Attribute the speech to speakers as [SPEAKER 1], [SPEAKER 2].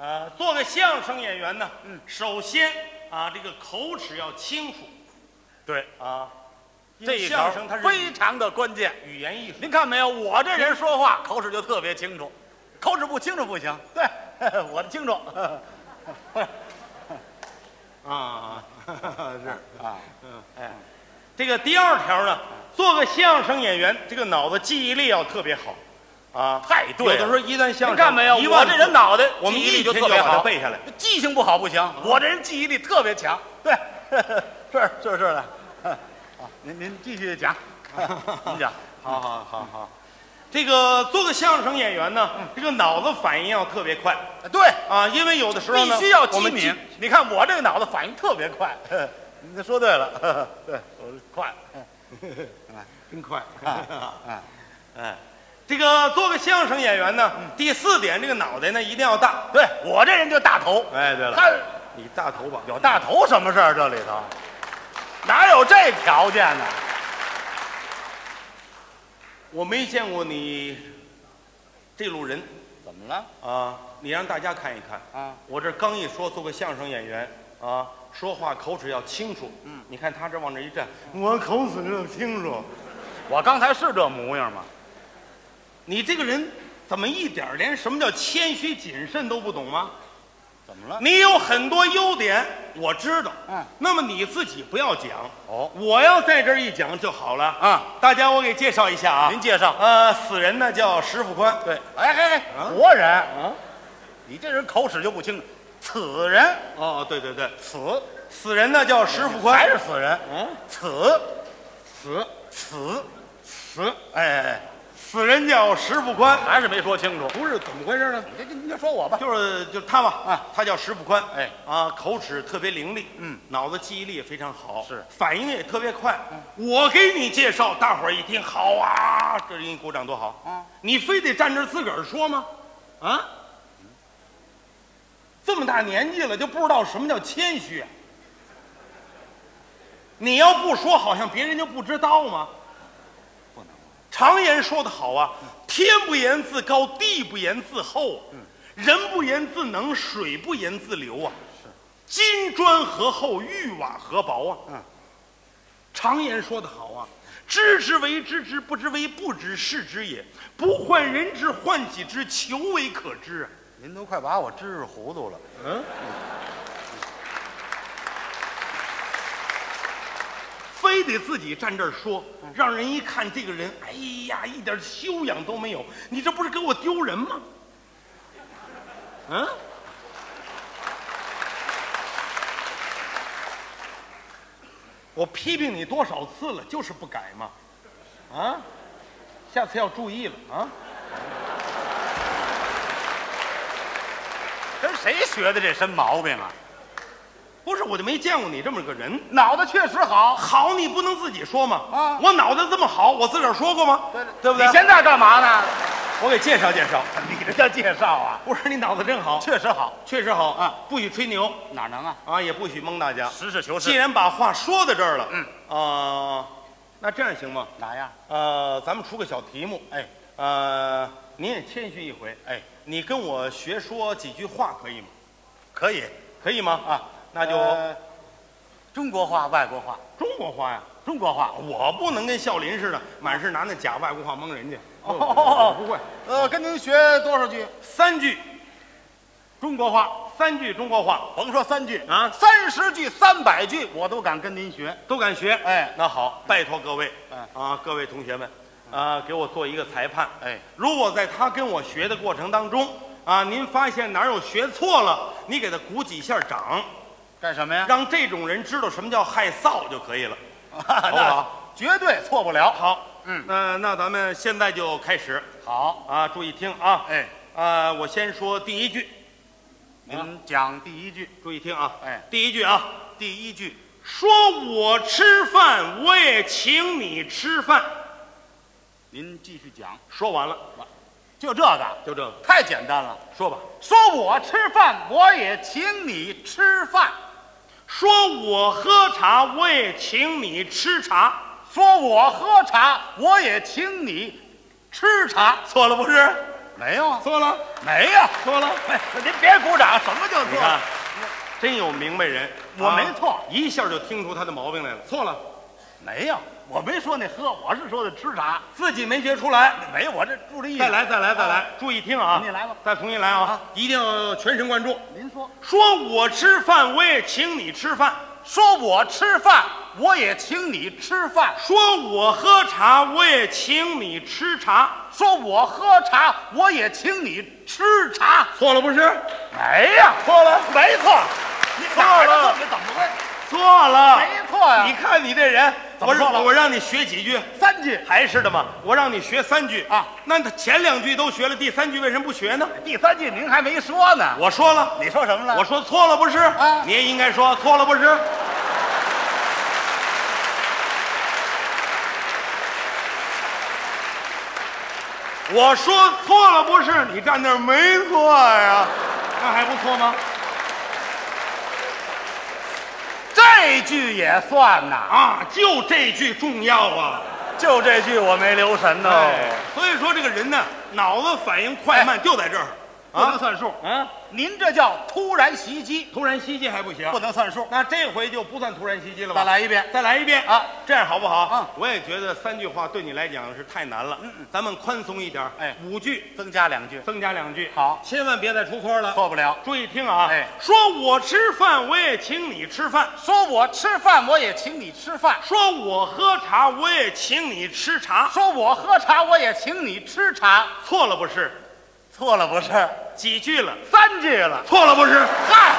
[SPEAKER 1] 呃，做个相声演员呢，嗯，首先啊，这个口齿要清楚
[SPEAKER 2] 对，
[SPEAKER 1] 啊，因
[SPEAKER 2] 这
[SPEAKER 1] 为
[SPEAKER 2] 一条
[SPEAKER 1] 相声它是
[SPEAKER 2] 非常的关键。
[SPEAKER 1] 语言艺术，
[SPEAKER 2] 您看没有，我这人说话口齿就特别清楚，口齿不清楚不行。对，我的清楚。
[SPEAKER 1] 啊，
[SPEAKER 2] 是啊，
[SPEAKER 1] 这个第二条呢，做个相声演员，这个脑子记忆力要特别好，啊，
[SPEAKER 2] 太对
[SPEAKER 1] 有的时候
[SPEAKER 2] 了。
[SPEAKER 1] 一段相
[SPEAKER 2] 您
[SPEAKER 1] 声，
[SPEAKER 2] 看没有，
[SPEAKER 1] 一
[SPEAKER 2] 我
[SPEAKER 1] 万
[SPEAKER 2] 这人脑袋
[SPEAKER 1] 我们
[SPEAKER 2] 记忆力
[SPEAKER 1] 一天
[SPEAKER 2] 特别
[SPEAKER 1] 把它
[SPEAKER 2] 好，
[SPEAKER 1] 背嗯下来。
[SPEAKER 2] 记性不好不行，我这人记忆力特别强。对，是是是的。啊您您继续 讲，您讲。
[SPEAKER 1] 好好好好，这个做个相声演员呢，
[SPEAKER 2] 嗯
[SPEAKER 1] 这个脑子反应要特别快
[SPEAKER 2] 对，
[SPEAKER 1] 啊，因为有的时候
[SPEAKER 2] 必
[SPEAKER 1] 呢，
[SPEAKER 2] 须要
[SPEAKER 1] 我
[SPEAKER 2] 机
[SPEAKER 1] 们
[SPEAKER 2] 敏。你看我这个脑子反应特别 快，你说对了，对我快。
[SPEAKER 1] 真快。 哎
[SPEAKER 2] 啊，
[SPEAKER 1] 这个做个相声演员呢，第四点，这个脑袋呢一定要大。
[SPEAKER 2] 对我这人就大头，
[SPEAKER 1] 哎，对，
[SPEAKER 2] 他
[SPEAKER 1] 你大头吧？
[SPEAKER 2] 有大头什么事儿？这里头哪有这条件呢？
[SPEAKER 1] 我没见过你这路人
[SPEAKER 2] 怎么了？
[SPEAKER 1] 啊，你让大家看一看。
[SPEAKER 2] 啊，
[SPEAKER 1] 我这刚一说做个相声演员啊，说话口齿要清楚。嗯，你看他这往这一站，我口齿要清楚。
[SPEAKER 2] 我刚才是这模样吗？
[SPEAKER 1] 你这个人怎么一点儿连什么叫谦虚谨慎都不懂吗？
[SPEAKER 2] 怎么了？
[SPEAKER 1] 你有很多优点，我知道。
[SPEAKER 2] 嗯，
[SPEAKER 1] 那么你自己不要讲，
[SPEAKER 2] 哦，
[SPEAKER 1] 我要在这儿一讲就好了。
[SPEAKER 2] 啊，
[SPEAKER 1] 大家我给介绍一下啊，
[SPEAKER 2] 您介绍。
[SPEAKER 1] 呃，死人呢叫石富宽，
[SPEAKER 2] 对，哎哎哎，活人啊，你这人口齿就不清了。此人，
[SPEAKER 1] 哦，对对对，
[SPEAKER 2] 此
[SPEAKER 1] 死人呢叫石富宽，
[SPEAKER 2] 还是死嗯人？
[SPEAKER 1] 嗯，
[SPEAKER 2] 此
[SPEAKER 1] 死
[SPEAKER 2] 此，
[SPEAKER 1] 死
[SPEAKER 2] 哎哎哎，
[SPEAKER 1] 死人叫石富宽，
[SPEAKER 2] 还是没说清楚。
[SPEAKER 1] 不是怎么回事呢？
[SPEAKER 2] 你这你就说我吧。
[SPEAKER 1] 就是就他吧，
[SPEAKER 2] 啊，
[SPEAKER 1] 他叫石富宽，
[SPEAKER 2] 哎
[SPEAKER 1] 啊，口齿特别伶俐，
[SPEAKER 2] 嗯，
[SPEAKER 1] 脑子记忆力也非常好，
[SPEAKER 2] 是嗯
[SPEAKER 1] 反应也特别快。我给你介绍，大伙儿一听好啊，这人鼓掌多好
[SPEAKER 2] 嗯，
[SPEAKER 1] 你非得站这儿自个儿说吗？啊，这么大年纪了就不知道什么叫谦虚啊。你要不说，好像别人就不知道吗？
[SPEAKER 2] 不能。
[SPEAKER 1] 常言说得好啊，天不言自高，地不言自厚啊，人不言自能，水不言自流啊。金砖何厚，玉瓦何薄啊。
[SPEAKER 2] 嗯
[SPEAKER 1] 常言说得好啊，知之为知之，不知为不知，是知也。不患人之患己之，求为可知啊。
[SPEAKER 2] 您都快把我知识糊涂了。
[SPEAKER 1] 嗯，非得自己站这儿说，让人一看这个人，哎呀，一点修养都没有，你这不是给我丢人吗？嗯，我批评你多少次了，就是不改嘛，啊，下次要注意了啊。
[SPEAKER 2] 跟谁学的这身毛病啊？
[SPEAKER 1] 不是，我就没见过你这么个人。
[SPEAKER 2] 脑袋确实好。
[SPEAKER 1] 好，你不能自己说吗？
[SPEAKER 2] 啊
[SPEAKER 1] 我脑袋这么好，我自个儿说过吗？对不对？
[SPEAKER 2] 你现在干嘛呢？
[SPEAKER 1] 我给介绍介绍。
[SPEAKER 2] 你这叫介绍啊？
[SPEAKER 1] 不是，你脑子真好，
[SPEAKER 2] 确实好，
[SPEAKER 1] 确实好
[SPEAKER 2] 啊，
[SPEAKER 1] 不许吹牛
[SPEAKER 2] 哪能啊？
[SPEAKER 1] 啊，也不许蒙大家。
[SPEAKER 2] 实事求
[SPEAKER 1] 既
[SPEAKER 2] 是。
[SPEAKER 1] 然把话说到这儿了，嗯，啊，那这样行吗？
[SPEAKER 2] 哪样？
[SPEAKER 1] 呃，咱们出个小题目，
[SPEAKER 2] 哎，
[SPEAKER 1] 呃，您也谦虚一回，
[SPEAKER 2] 哎，
[SPEAKER 1] 你跟我学说几句话可以吗？
[SPEAKER 2] 可以。
[SPEAKER 1] 可以吗？啊，那就
[SPEAKER 2] 呃中国话、外国话，
[SPEAKER 1] 中国话呀。
[SPEAKER 2] 中国话。
[SPEAKER 1] 我不能跟笑林似的，满是拿那假外国话蒙人家。
[SPEAKER 2] 哦
[SPEAKER 1] 我不会。
[SPEAKER 2] 呃，跟您学多少句？
[SPEAKER 1] 三句
[SPEAKER 2] 中国话，
[SPEAKER 1] 三句中国话
[SPEAKER 2] 甭说三句，
[SPEAKER 1] 啊，
[SPEAKER 2] 三十句、三百句我都敢跟您学。
[SPEAKER 1] 都敢学。
[SPEAKER 2] 哎
[SPEAKER 1] 那好，拜托各位，
[SPEAKER 2] 嗯
[SPEAKER 1] 啊，各位同学们，啊，给我做一个裁判。
[SPEAKER 2] 哎，
[SPEAKER 1] 如果在他跟我学的过程当中，啊，您发现哪儿有学错了，你给他鼓几下掌，
[SPEAKER 2] 干什么呀？
[SPEAKER 1] 让这种人知道什么叫害臊就可以了。
[SPEAKER 2] 好啊
[SPEAKER 1] 不好？
[SPEAKER 2] 绝对错不了。
[SPEAKER 1] 好，
[SPEAKER 2] 嗯
[SPEAKER 1] 那那咱们现在就开始
[SPEAKER 2] 好，
[SPEAKER 1] 啊，注意听啊，
[SPEAKER 2] 哎，
[SPEAKER 1] 啊，我先说第一句，
[SPEAKER 2] 您讲第一句。
[SPEAKER 1] 注意听啊，
[SPEAKER 2] 哎
[SPEAKER 1] 第一句啊，
[SPEAKER 2] 第一句，
[SPEAKER 1] 说我吃饭，我也请你吃饭。
[SPEAKER 2] 您继续讲。
[SPEAKER 1] 说完了，
[SPEAKER 2] 就这个，
[SPEAKER 1] 就这个，
[SPEAKER 2] 太简单了。
[SPEAKER 1] 说吧。
[SPEAKER 2] 说我吃饭，我也请你吃饭；
[SPEAKER 1] 说我喝茶，我也请你吃茶。
[SPEAKER 2] 说我喝茶，我也请你吃茶。
[SPEAKER 1] 错了不是？
[SPEAKER 2] 没有啊，
[SPEAKER 1] 错了，
[SPEAKER 2] 没有。啊
[SPEAKER 1] 错了。
[SPEAKER 2] 哎 您别鼓掌，什么叫
[SPEAKER 1] 你看，真有明白人，啊
[SPEAKER 2] 我没错，
[SPEAKER 1] 一下就听出他的毛病来了。错了，
[SPEAKER 2] 没有，我没说那喝，我是说的吃茶。
[SPEAKER 1] 自己没觉出来。
[SPEAKER 2] 没有，我这注意。
[SPEAKER 1] 再来，再来，再来，注意听啊！
[SPEAKER 2] 你来吧，
[SPEAKER 1] 再重新来啊！一定要全神贯注。
[SPEAKER 2] 您说，
[SPEAKER 1] 说我吃饭，我也请你吃饭；
[SPEAKER 2] 说我吃饭，我也请你吃饭；
[SPEAKER 1] 说我喝茶，我也请你吃茶。
[SPEAKER 2] 说我喝茶，我也请你吃茶。
[SPEAKER 1] 错了不是？
[SPEAKER 2] 没呀，错了，没错，你
[SPEAKER 1] 错
[SPEAKER 2] 哪儿
[SPEAKER 1] 了
[SPEAKER 2] 的错你怎么会？
[SPEAKER 1] 错了，
[SPEAKER 2] 没错哎呀
[SPEAKER 1] 你看你这人，
[SPEAKER 2] 怎么
[SPEAKER 1] 我
[SPEAKER 2] 错了
[SPEAKER 1] 我让你学几句，
[SPEAKER 2] 三句，
[SPEAKER 1] 还是的嘛。我让你学三句
[SPEAKER 2] 啊，哎
[SPEAKER 1] 那他前两句都学了，第三句为什么不学呢？
[SPEAKER 2] 第三句您还没说呢。
[SPEAKER 1] 我说了，
[SPEAKER 2] 你说什么了？
[SPEAKER 1] 我说错了不是？
[SPEAKER 2] 啊
[SPEAKER 1] 你也应该说错了不是？我说错了不是？你站那儿没错呀，那还不错吗？
[SPEAKER 2] 这句也算呐，
[SPEAKER 1] 啊，就这句重要啊！
[SPEAKER 2] 就这句我没留神呢
[SPEAKER 1] 哎，所以说这个人呢，脑子反应快慢就在这儿
[SPEAKER 2] 不能
[SPEAKER 1] 啊
[SPEAKER 2] 算数。
[SPEAKER 1] 啊！
[SPEAKER 2] 您这叫突然袭击，
[SPEAKER 1] 突然袭击还不行
[SPEAKER 2] 不，能算数。
[SPEAKER 1] 那这回就不算突然袭击了吧？
[SPEAKER 2] 再来一遍，
[SPEAKER 1] 再来一遍
[SPEAKER 2] 啊！
[SPEAKER 1] 这样好不好？
[SPEAKER 2] 啊，嗯
[SPEAKER 1] 我也觉得三句话对你来讲是太难了，咱们宽松一点，
[SPEAKER 2] 哎
[SPEAKER 1] 五句
[SPEAKER 2] 增加两句，
[SPEAKER 1] 增加两句，
[SPEAKER 2] 好
[SPEAKER 1] 千万别再出错了。
[SPEAKER 2] 错不了。
[SPEAKER 1] 注意听啊！
[SPEAKER 2] 哎
[SPEAKER 1] 说我吃饭，我也请你吃饭；
[SPEAKER 2] 说我吃饭，我也请你吃饭；
[SPEAKER 1] 说我喝茶，我也请你吃茶。
[SPEAKER 2] 说我喝茶，我也请你吃茶。
[SPEAKER 1] 错了不是？
[SPEAKER 2] 错了不是？
[SPEAKER 1] 几句了？
[SPEAKER 2] 三句了。
[SPEAKER 1] 错了不是？
[SPEAKER 2] 嗨，